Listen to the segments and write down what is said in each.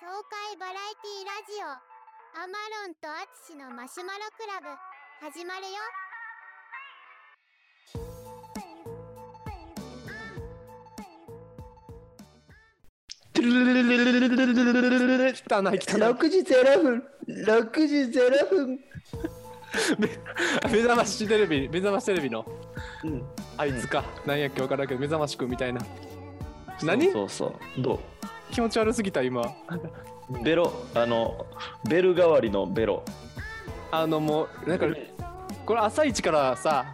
東海バラエティラジオアマロンとアツシのマシュマロクラブ始まるよ汚い汚6時0分6時0分い目覚ましテレビ目覚ましテレビのうんあいつか、なんやっけ分からんけど目覚ましくんみたいな何そうそうそうど気持ち悪すぎた今うベロあのベル代わりのベロあのもうなんかこれ朝一からさ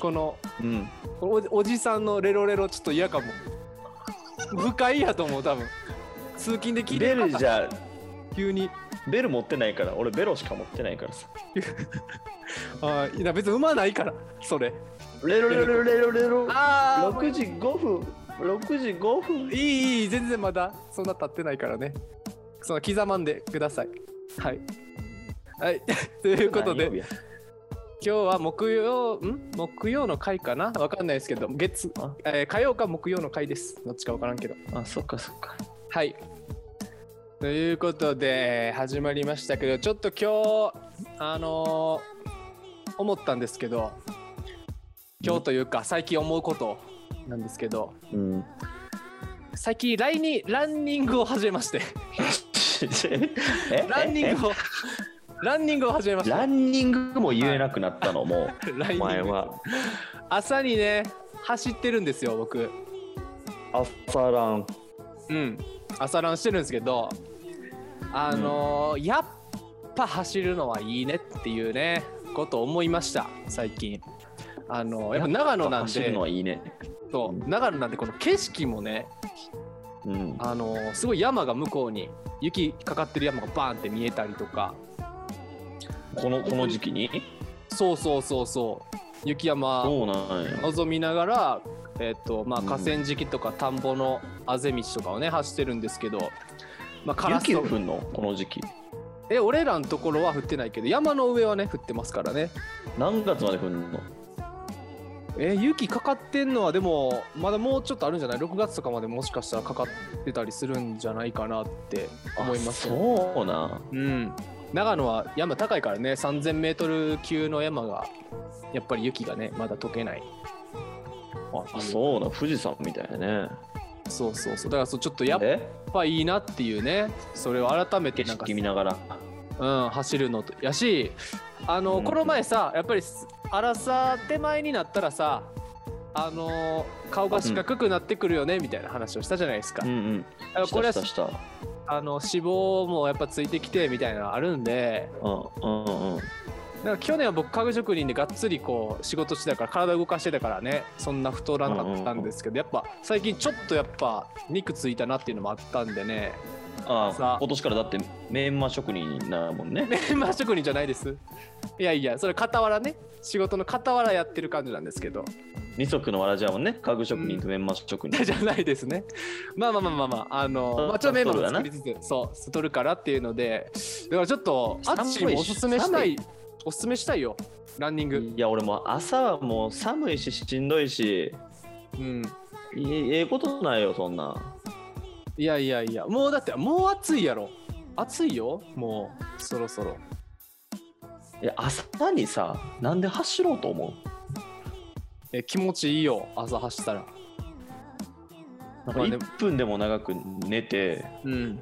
このうんこのおおじさんのレロレロちょっと嫌かも不快やと思う多分通勤で聞いてベルじゃ急にベル持ってないから俺ベロしか持ってないからさあーいや別に生まないからそれレロレロレロレロあ6時5分6時5分いいいい全然まだそんな経ってないからねその刻まんでくださいはいはい ということで何曜日や今日は木曜ん木曜の回かなわかんないですけど月あ、えー火曜か木曜の回ですどっちかわからんけどあそっかそっかはいということで始まりましたけどちょっと今日あのー思ったんですけど今日というか最近思うことなんですけどうん 最近ライにランニングを始めましてえランニングをランニングを始めまえしラたンニングも言えなくなったのも ランうおニ前ングは朝にね走ってるんですよ僕朝ランうん、朝ランしてるんですけどあのーやっぱ走るのはいいねっていうねことを思いました最近あのーやっぱ長野なん走るでのはいいねそう長野なんでこの景色もねうんあのーすごい山が向こうに雪かかってる山がバーンって見えたりとかこのこの時期にそうそうそうそう雪山そうなんや望みながら、えっとまあ、うん河川敷とか田んぼのあぜ道とかをね走ってるんですけど、まあ、カラス雪と降んのこの時期え俺らのところは降ってないけど山の上はね降ってますからね何月まで降んのえ雪かかってんのはでもまだもうちょっとあるんじゃない6月とかまでもしかしたらかかってたりするんじゃないかなって思いますあそうなうん長野は山高いからね 3000m 級の山がやっぱり雪がねまだ溶けないあそうな富士山みたいなねそうそうそうだからそうちょっとやっえぱいいなっていうねそれを改めて景なんか色見ながらうん、走るのとやしあの、うんこの前さやっぱりす荒さ手前になったらさあの顔が四角くなってくるよね、みたいな話をしたじゃないですか。うんうんだからここれれはしたしたしあの脂肪もやっぱついてきてみたいなのあるんでたうんうんうんなんか去年は僕家具職人でがっつりこう仕事してたから体動かしてたからねそんな太らなかったんですけど、やっぱ最近ちょっとやっぱ肉ついたなっていうのもあったんでね あさあ今年からだってメンマ職人になるもんねメンバー職人じゃないですいやいやそれ傍らね仕事の傍らやってる感じなんですけど二足のわらじやもんね家具職人とメンマ職人じゃないです ね。まあまあまあまあまあ、あの、そうまあ、ちょっとメモそうもだな作りつつ、そう、ストるからっていうので、だからちょっと、ア寒いッチーもおすすめしたい、おすすめしたいよ、ランニング。いや俺もう朝はもう寒いししんどいしうん。いええことないよそんないやいやいや、もうだって、もう暑いやろ。暑いよ、もう、そろそろ。いや朝にさなんで走ろうと思うえ、気持ちいいよ、朝走ったら。なんまかあでも1分でも長く寝てうん。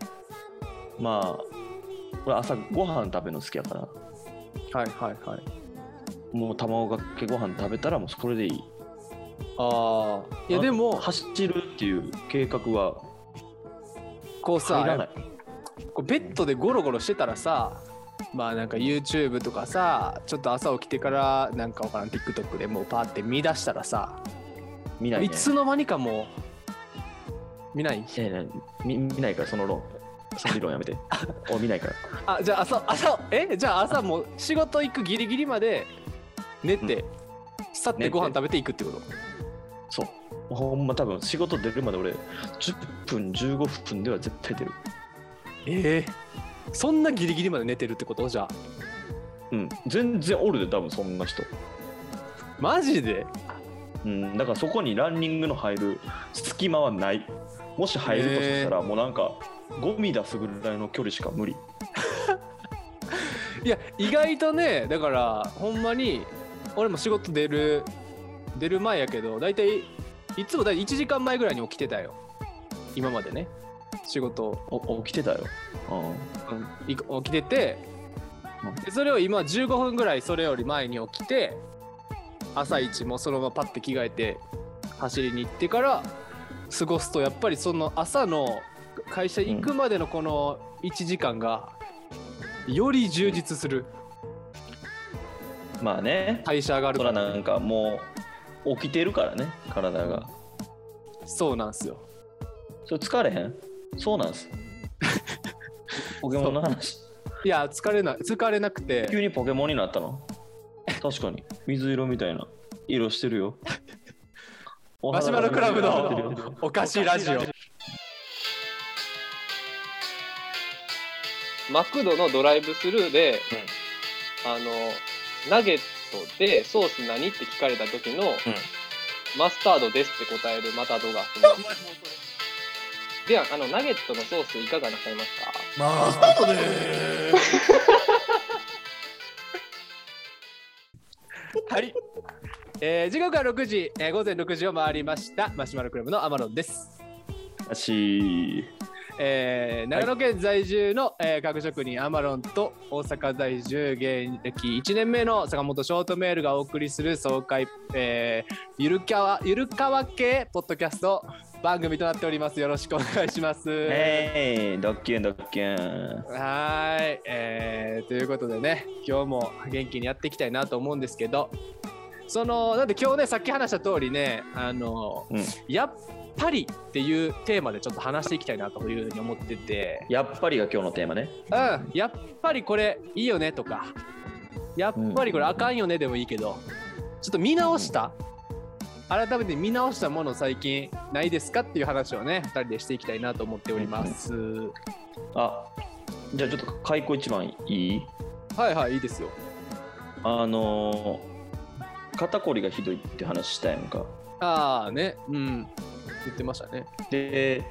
まあ俺朝ご飯食べるの好きやからはいはいはい。もう卵かけご飯食べたらもうそれでいいああ。いや、あでも、走るっていう計画はこう入らなさい、こうベッドでゴロゴロしてたらさ、まあなんか YouTube とかさちょっと朝起きてからなんかわからん TikTok でもうパーって見出したらさ見ない、ね、いつの間にかもう見ないいやいや見見ないからその論その理論や めてお見ないからあじゃあ朝朝えじゃあ朝もう仕事行くギリギリまで寝て、去ってご飯食べていくってことそうほんま多分仕事出るまで俺10分15分では絶対出るええそんなギリギリまで寝てるってことじゃうん全然おるで多分そんな人あマジでうんだからそこにランニングの入る隙間はないもし入るとしたら、もうなんかゴミ出すぐらいの距離しか無理いや意外とねだからほんまに俺も仕事出る出る前やけど大体いつも大体1時間前ぐらいに起きてたよ今までね仕事、お起きてたよ、ううんい起きててでそれを今15分ぐらいそれより前に起きて朝一もそのままパッて着替えて走りに行ってから過ごすとやっぱりその朝の会社行くまでのこの1時間がより充実するん、まあね代謝上がるそかららなんかもう起きてるからね体がそうなんですよそれ疲れへんそうなんですポケモンの話いや疲れない疲れなくて急にポケモンになったの確かに水色みたいな色してるよマシュマロクラブのおかしいラジオマクドのドライブスルーで、あのナゲットでソース何って聞かれた時の、マスタードですって答えるマタドがすごいではあのナゲットのソースいかがなさいますかマスタートでーす。はい、えー、時刻は6時、えー午前6時を回りましたマシュマロクラブのアマロンです足えー長野県在住の、えー家具職人アマロンと大阪在住現役1年目の坂本ショートメールがお送りする爽快、えーゆるかわゆるかわ系ポッドキャスト番組となっておりますよろしくお願いします。えいドッキュンドッキュンはーい、えーということでね今日も元気にやっていきたいなと思うんですけどそのなんで今日ねさっき話した通りねあの、うんやっぱりっていうテーマでちょっと話していきたいなというふうに思ってて。やっぱりが今日のテーマねうん、やっぱりこれいいよねとか、やっぱりこれあかんよねでもいいけど、ちょっと見直した、改めて見直したもの最近ないですかっていう話をね、2人でしていきたいなと思っております。あじゃあちょっと開口一番いいはいはい、いいですよ。あのー肩こりがひどいって話したやんかああね、うん、言ってましたね。で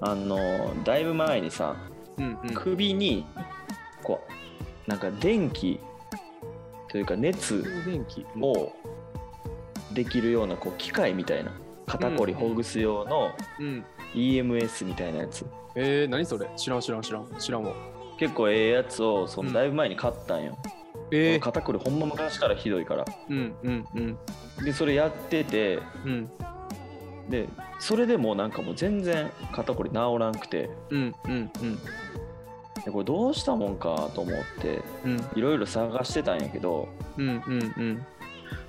あのーだいぶ前にさうんうん。首にこうなんか電気というか熱電気をできるようなこう機械みたいな肩こりほぐす用のうん。 EMS みたいなやつえー、何それ知らん知らん知らん知らんわ。結構ええやつをそうんのだいぶ前に買ったんよ、えー、肩こりほんま昔からひどいからうんうんうんでそれやっててうんでそれでもうなんかもう全然肩こり治らんくてうんうんうんでこれどうしたもんかと思ってうんいろいろ探してたんやけどうんうん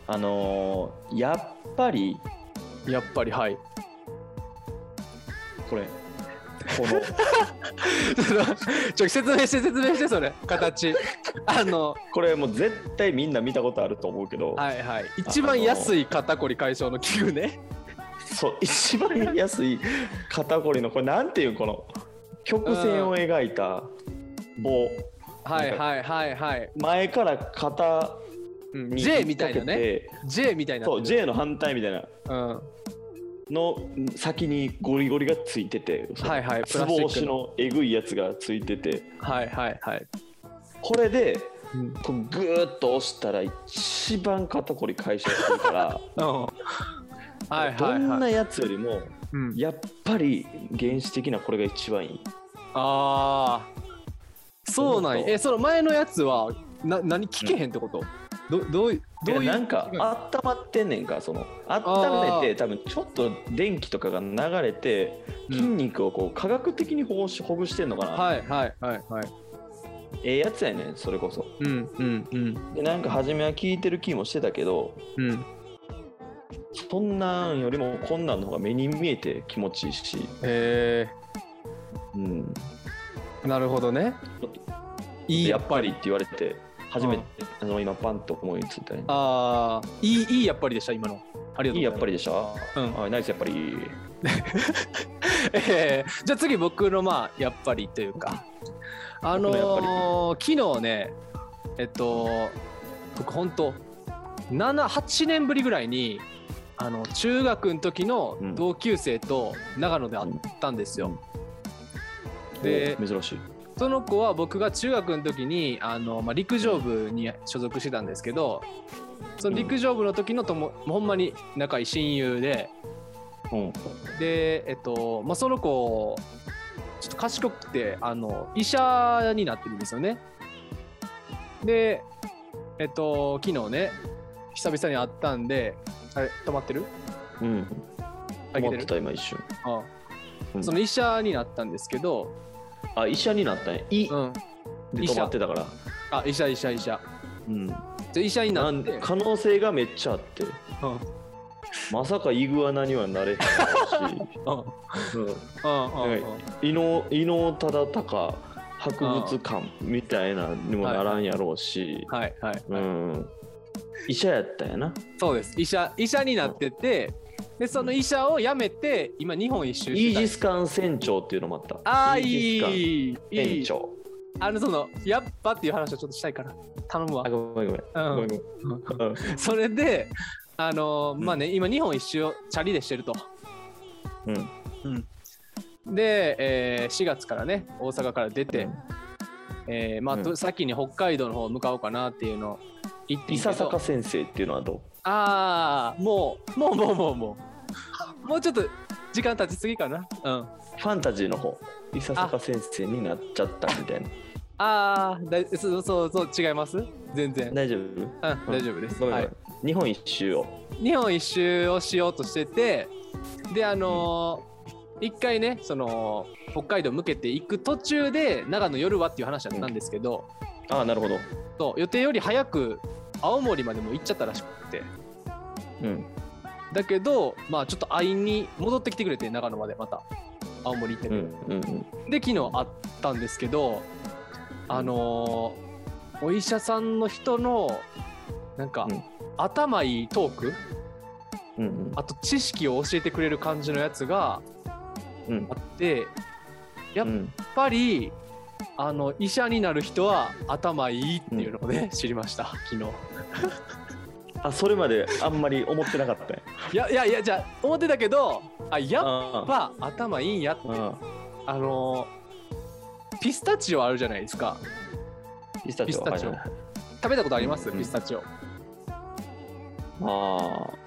あのーやっぱりうん。やっぱりはい。これこ のちょ説明して説明してそれ形あのこれもう絶対みんな見たことあると思うけど、はいはい一番安い肩こり解消の器具ねそう一番安い肩こりのこれなんていうこの曲線を描いた棒はいはいはいはい、前から肩うん、に J みたいなね引っ掛 J みたいけてなそう J の反対みたいなうん、はの先にゴリゴリがついててはいはいプつラスぼチックの押しのえぐいやつがついてていはいはいこれでうんこうグーッと押したら一番肩こり解消するから、 はいはいどんは、ないやつよりもうん、やっぱり原始的なこれが一番いいあーそうなんやえその前のやつはな何聞けへんってこと、どどういどういいうやなんか温まってんねんかその温めて多分ちょっと電気とかが流れてうん筋肉をこう科学的にほぐしほぐしてんのかな、はいはいはいはいええやつやねんそれこそうんうんうんでなんか初めは聞いてる気もしてたけどうんそんなんよりもこんなんの方が目に見えて気持ちいいし、えうん、ー、なるほどねいいやっぱりって言われて初めてあの今パンと思いついたねああ、いい、いいやっぱりでした、今の。ありがいといございます。うやっぱりでしょ、うんあナイスやっぱりえ ーじゃあ次、僕のまあ、やっぱりというか。あ僕のやっのー昨日ね、えっと、僕、本当7、8年ぶりぐらいに、ああの中学の時のうん同級生と長野で会ったんですよ。でお珍しい。その子は僕が中学の時にあの、まあ、陸上部に所属してたんですけどその陸上部の時のともほんまに仲いい親友でうん。で、えっとまあ、その子ちょっと賢くてあの医者になってるんですよね。でえっと昨日ね久々に会ったんであれ止まってるうん。あい思けっるててた今一瞬。あうんその医者になったんですけど、あ、医者になったね。い、うん、で医者止まってたから。あ医者医者医者うん。で医者にななっんて可能性がめっちゃあって。うんうんまさかイグアナにはなれ へんし。うんうんうんうん伊能伊能忠敬博物館みたいなのにもならんやろうし、はいはい、うん、医者やったやなそうです医者医者になっててでその医者を辞めて今日本一周イしてーたジス艦船長っていうのもあったああいイージいス艦い船い長あのそのやっぱっていう話をちょっとしたいから頼むわあごめんごめんうん ごめんごめん、うんそれであのーうんまあね今日本一周をチャリでしてるとうんで、えー4月からね大阪から出て、えーまあ、とうん先に北海道の方向かおうかなっていうのを言って伊んけど佐坂先生っていうのはどああもうもうもうもうもうもうちょっと時間経ちすぎかなうんうファンタジーの方伊佐坂先生になっちゃったみたいなああだそうそうそう違います全然大丈夫うん、大丈夫です、ごめんごはめん、い、日本一周を日本一周をしようとしててであのー一回ねその北海道向けて行く途中で長野夜はっていう話だったんですけど、ああなるほどそう予定より早く青森までも行っちゃったらしくてうんだけどまあちょっと会いに戻ってきてくれて長野までまた青森行ってうくんれうて、んうんで昨日会ったんですけどあのーお医者さんの人のなんか、うん頭いいトークうんうんあと知識を教えてくれる感じのやつがうんあってやうっんぱり、あの医者になる人は頭いいっていうのをね、知りました昨日あそれまであんまり思ってなかったんやいやいやいやじゃあ思ってたけどあやっあぱ頭いいんやってああのーピスタチオあるじゃないですかピスタチオピスタチオはいはいはい食べたことあります、うんピスタチオあ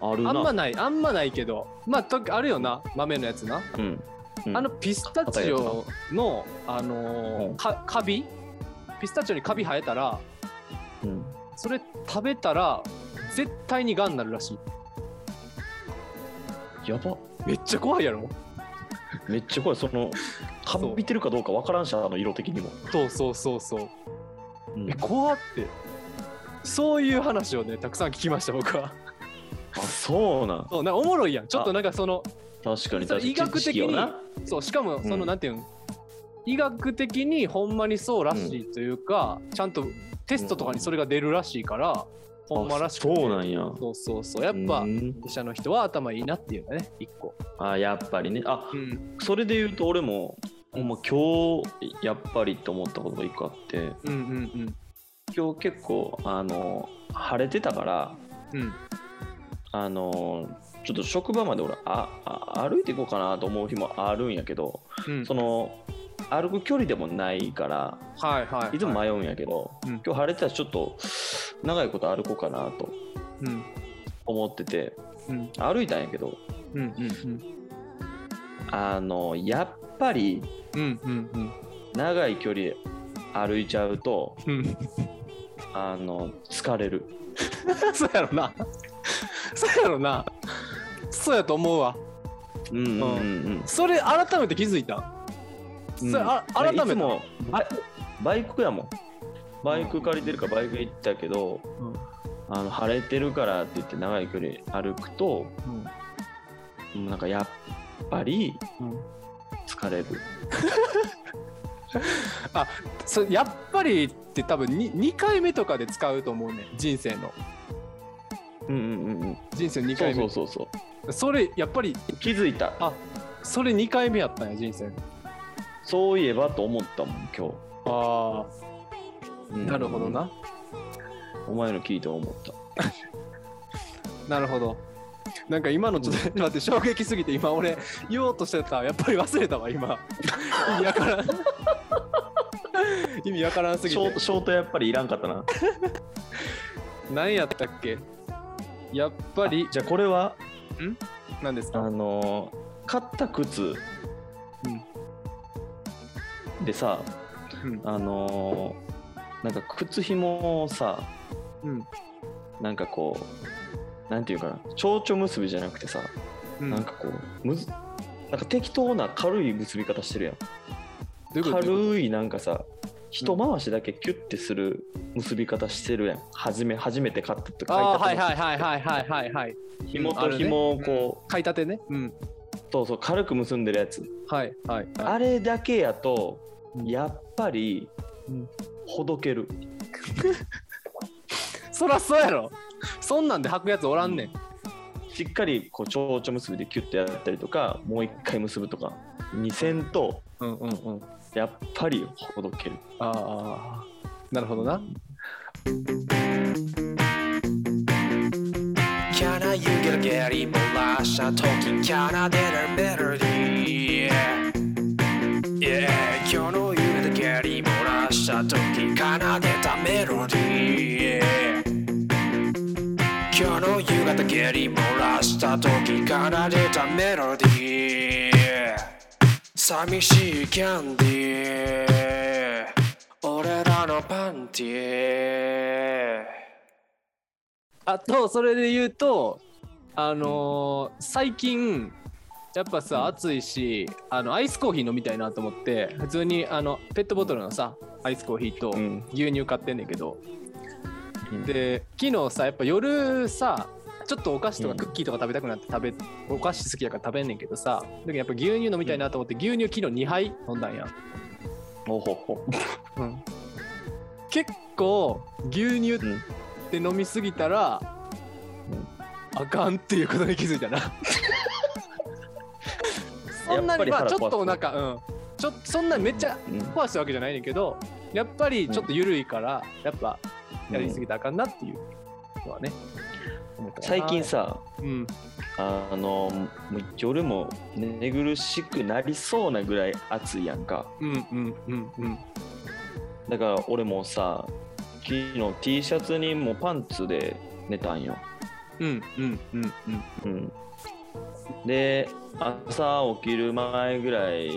ああるなあんまないあんまないけどまあとあるよな豆のやつな、うんうんあのピスタチオのあのーうんかカビピスタチオにカビ生えたらうんそれ食べたら絶対にがんになるらしいやばめっちゃ怖いやろめっちゃ怖いその かそうびてるかどうかわからんしあの色的にも、そうそうそうそううんえ怖ってそういう話をねたくさん聞きました僕はあそうなんそうなんかおもろいやんちょっとなんかその確かに確そかれに医学的知識をになそうしかもその、うんなんていうん医学的にほんまにそうらしいというか、ちゃんとテストとかにそれが出るらしいから、ほんまらしくてあそうなんやそうそうそうやっぱ、うん医者の人は頭いいなっていうのがね一個、あやっぱりねあうんそれで言うと俺もほんま今日やっぱりって思ったことが一個あってうんうん今日結構あの晴れてたからうんうんあのちょっと職場まで俺ああ歩いていこうかなと思う日もあるんやけどうんその歩く距離でもないからはいはいはいいつも迷うんやけど、うん今日晴れてたらちょっと長いこと歩こうかなとうん思っててうん歩いたんやけどうんうんあのやっぱりうんうんうん長い距離歩いちゃうとうんあの疲れる そうやろなそうやろなそうやと思うわうんうんうんうんそれ改めて気づいた、うんそれあ改めていつもあバイバイクやもんバイク借りてるからバイク行ったけど、うんあの晴れてるからって言って長い距離歩くとうんもうなんかやっぱりうん疲れる、それやっぱりって多分に 2, 回目とかで使うと思うね人生のうん、うんうんうん人生の2そ回う目そそうそうそうれやっぱり気づいたあそれ2回目やったんや人生のそういえばと思ったもん今ああ日、うんなるほどなお前の聞いて思ったなるほどなんか今のちょっと待って衝撃すぎて今俺言おうとしてたやっぱり忘れたわ今意味わからん 意味わからんすぎショーてトショートやっぱりいらんかったな何やったっけやっぱりじゃあこれは何ですあかのー買った靴でさ、うんあのーなんか靴紐をさ、うんなんかこうなんていうかな蝶々結びじゃなくてさ、うんなんかこうむずなんか適当な軽い結び方してるやんどういうことどういうこ軽いなんかさ一回しだけキュッてする結び方してるやん、初め初めて買ったって書いとたああとはいはいはいはいはいはいはい紐うんあとるね紐をこ買いたてねうんう、そうそう軽く結んでるやつはいはいはいあれだけやとやっぱりうんほどける、そらそうやろそんなんで履くやつおらんねんしっかりこう蝶々結びでキュッてやったりとかもう一回結ぶとか2戦とうんうんうんやっぱりほどけるああなるほどな Can I you get get it more lash a talking can I get a melody Yeah 今日の夢でゲリもらした時奏でたメロディー Yeah 今日の夕方ゲリもらした時奏でたメロディー Yeah 寂しいキャンディー俺らのパンティーあとそれで言うとあのー最近やっぱさ暑いしあのアイスコーヒー飲みたいなと思って普通にあのペットボトルのさアイスコーヒーとうん牛乳買ってんねんけど、うんで昨日さやっぱ夜さちょっとお菓子とうかんクッキーとか食べたくなって食べ、お菓子好きやから食べんねんけどさだけどやっぱ牛乳飲みたいなと思って牛乳昨日2杯飲んだんやんおほほ結構牛乳っうんて飲みすぎたら、うんあかんっていうことに気づいたなそんな やっぱにりまあ腹ち壊すょっとお腹うんちょそんなめっちゃうん壊したわけじゃないねんけどやっぱりちょっと緩いから、やっぱやりすぎたらあかんなっていうのはね、思ったかな最近さうんあのもう夜も寝苦しくなりそうなぐらい暑いやんかうんうんうんうんだから俺もさ昨日 T シャツにもうパンツで寝たんよ、うんうんうんうんうん、で朝起きる前ぐらい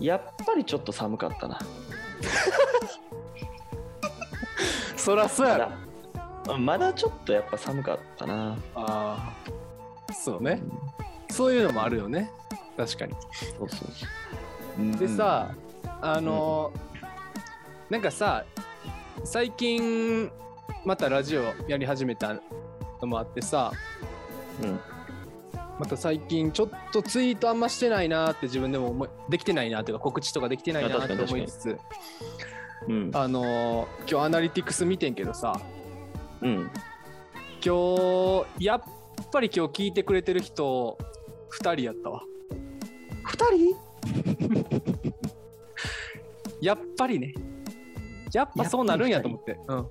やっぱりちょっと寒かったなそらそうやまろだまだちょっとやっぱ寒かったなああそうねそういうのもあるよね確かにそうそうそうでさ、あのなんかさ最近またラジオやり始めたのもあってさうんまた最近ちょっとツイートあんましてないなって自分でも思いできてないなっていうか告知とかできてないあなっ確かてに思いつつうんあの今日アナリティクス見てんけどさうん今日やっぱり今日聞いてくれてる人2人やったわ2 やっぱりねやっぱそうなるんやと思ってうん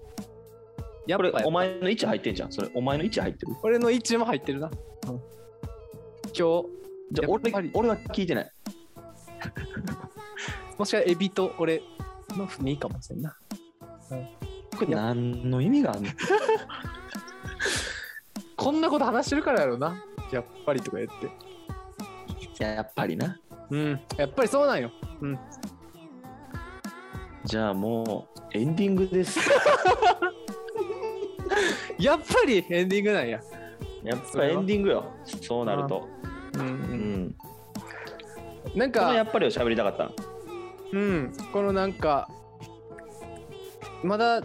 や人っぱこれやっぱお前の位置入ってんじゃんそれお前の位置入ってる俺の位置も入ってるな、今日じゃあやっぱり俺俺は聞いてないもしかしたらエビと俺の2位かもしれんなこれ何の意味があんのこんなこと話してるからやろうなやっぱりとか言ってややっぱ りなうんやっぱりそうなんよじゃあもうエンディン グですやっぱりエンディングなんややっぱエンディングよ。そうなると。うん、うん。なんこのやかっぱりを喋りたかった。うんこのなんかまだ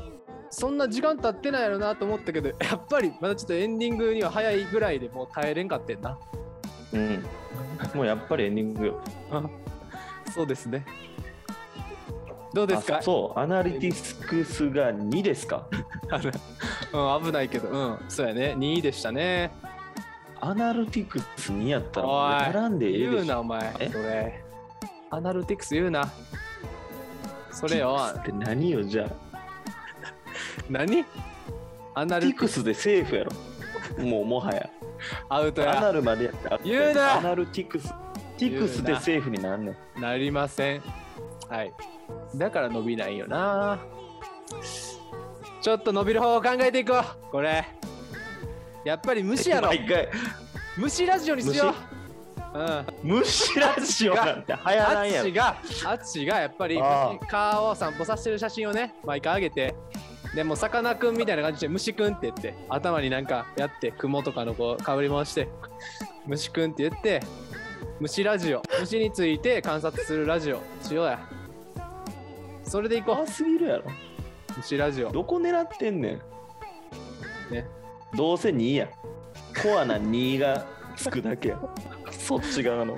そんな時間経ってないやろなと思ったけど やっぱりまだちょっとエンディングには早いぐらいでもう耐えれんかってんなうん。もうやっぱりエンディングよ。そうですねどうですかあそう、アナリティクスが2ですか。 うん、危ないけど、うん、そうやね、2位でしたね。アナリティクス2やったらもうおい並んでええ言でうしょ。な、お前、えそれ。アナルティクス言うな。それよ、ティクスって何よじゃあ。何アナテルィクスでセーフやろ。もうもはや。アウトアやナルまでやって言うなアナルティクスティクスでセーフになんねんなりませんはいだから伸びないよなちょっと伸びる方法考えていこうこれやっぱり虫やろ毎回虫ラジオにしよううん虫ラジオなんて流行らんやアろッチがアッチがやっぱりああ虫川を散歩させてる写真をね毎回あげてでもうさかなクンみたいな感じで虫くんって言って頭になんかやって雲とかのこうかぶり回して虫くんって言って虫ラジオ虫について観察するラジオしようやそれでいこ怖すぎるやろう虫ラジオどこ狙ってんねんねどうせ2やコアな2がつくだけやそっち側の、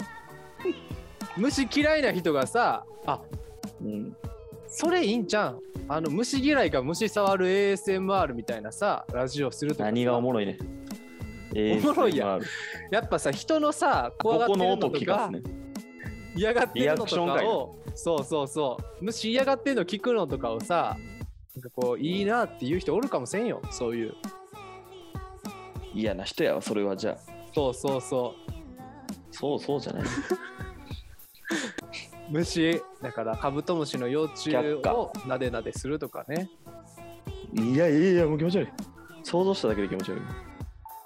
虫嫌いな人がさあうん、それいいんちゃうんあの虫嫌いが虫触る ASMR みたいなさラジオするとかさ何がおもろいねおもろいや ASMR やっぱさ人のさ怖がこってこるのの音と聞かかすね嫌がってるのとリアクシかョをそうそうそうもし嫌がってるの聞くのとかをさなんかこういいなっていう人おるかもせんよそういう嫌な人やわそれはじゃあそうそうそそうそうじゃないう虫だからカブトムシの幼虫却をなでなでするとかねいやいやいやもう気持ち悪い想像しただけで気持ち悪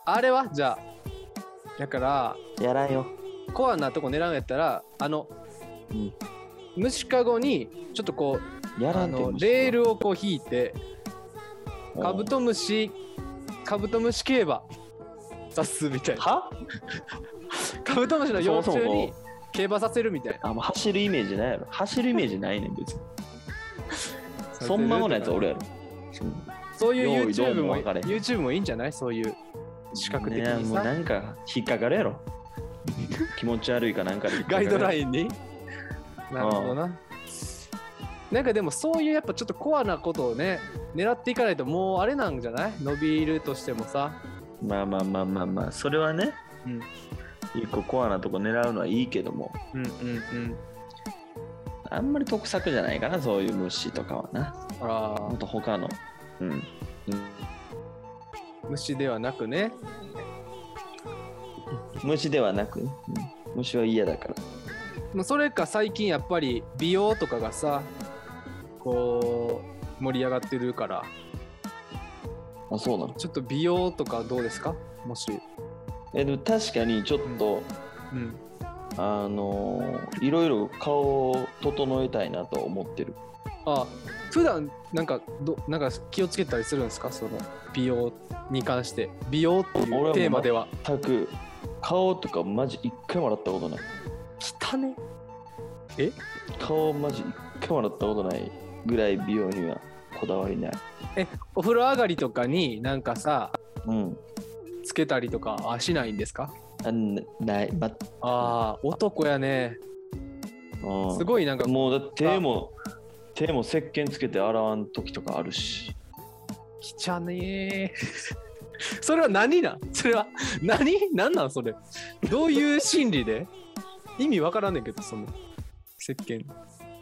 あれはじゃあだからいやらんよコアなとこ狙うんやったらあの、うん虫かごにちょっとこやうらあんてのレールをこう引いてカブトムシカブトムシ競馬さすみたいなはカブトムシの幼虫そもそもに競馬させるみたいな。あもう走るイメージないやろ走るイメージないねん別にそんなもんのやつ俺やろそういう用意どう YouTube もも分かれへん YouTube もいいんじゃないそういう視覚的にねもうさ、なんか引っかかる やろ気持ち悪いかなんかで引っかかガるイドランインに。なるほどな。なんかでもそういうやっぱちょっとコアなことをね狙っていかないともうあれなんじゃない伸びるとしてもさまあまあまあまあまあそれはね、うん一個コアなとこ狙うのはいいけどもうんうんうんあんまり得策じゃないかなそういう虫とかはなあほんと他のうん、うん、ー虫ではなくね虫ではなく、うん虫は嫌だからもうそれか最近やっぱり美容とかがさこう盛り上がってるからあそうなのちょっと美容とかどうですかもし、えでも確かにちょっと、うん、あのーいろいろ顔を整えたいなとは思ってるあ普段なんかどなんか気をつけたりするんですかその美容に関して美容っていう俺はもうテーマでは全く顔とかマジ一回も洗ったことない汚ね顔マジ一回も洗ったことないぐらい美容にはこだわりないお風呂上がりとかになんかさうんつけたりとかはしないんですかあなない、ま、ああ男やねうんすごいなんかもうだって手も手も石鹸つけて洗わん時とかあるし汚ね それは何なんそれは何何なんそれどういう心理で意味わからんねんけどその石鹸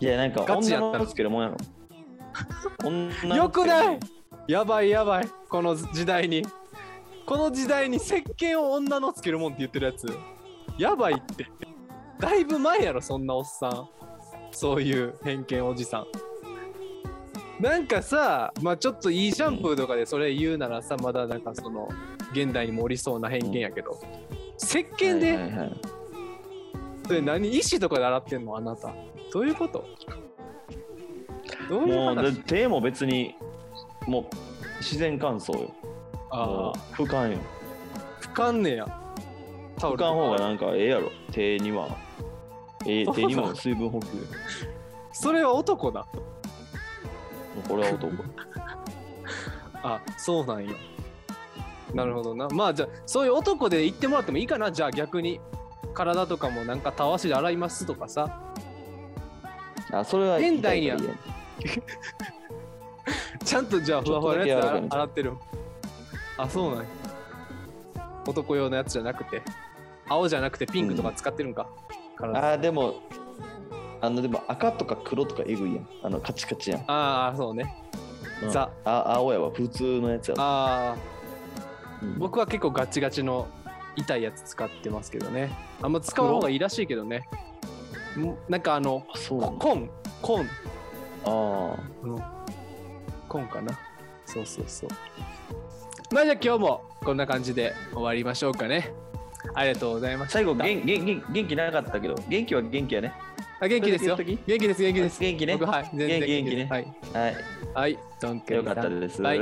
いやなんかガチや女ったらのつけるもんや ろ女のつけるもんよくないやばいやばいこの時代にこの時代に石鹸を女のつけるもんって言ってるやつやばいってだいぶ前やろそんなおっさんそういう偏見おじさんなんかさまあちょっといいシャンプーとかでそれ言うならさまだなんかその現代にもおりそうな偏見やけど石鹸はでいはいはいそれ何医師とかで洗ってんのあなたどういうことどういうもうだ話手も別にもう自然乾燥よああもう拭かんよ拭かんねやタオ拭ルとかかん方がなんかええやろ手にはええそう手なのにも水分補給それは男だこれは 男あそうなんやなるほどなまあじゃあそういう男で言ってもらってもいいかなじゃあ逆に体とかもなんかたわしで洗いますとかさあそれは現代には痛いからちゃんとじゃあふちょわっふとわのだけやつ柔らかい洗んちゃう洗ってるあそうなんや男用のやつじゃなくて青じゃなくてピンクとか使ってるんか、嫌体やあーでもあのでも赤とか黒とかえぐいやんあのカチカチやん、ああそうねうんザあ青やわ普通のやつやわああうん僕は結構ガチガチの痛いやつ使ってますけどねあんま使う方がいいらしいけどねんなんかあのあそうなコんだコンコンあコンかなそうそうそうまあじゃあ今日もこんな感じで終わりましょうかねありがとうございまーした最後元元元元気なかったけど元気は元気やねあ元気ですよそれだ元け気です元気です元気ね僕はい全然元気元気ねはいはいはいドンケンよさかんったです、はい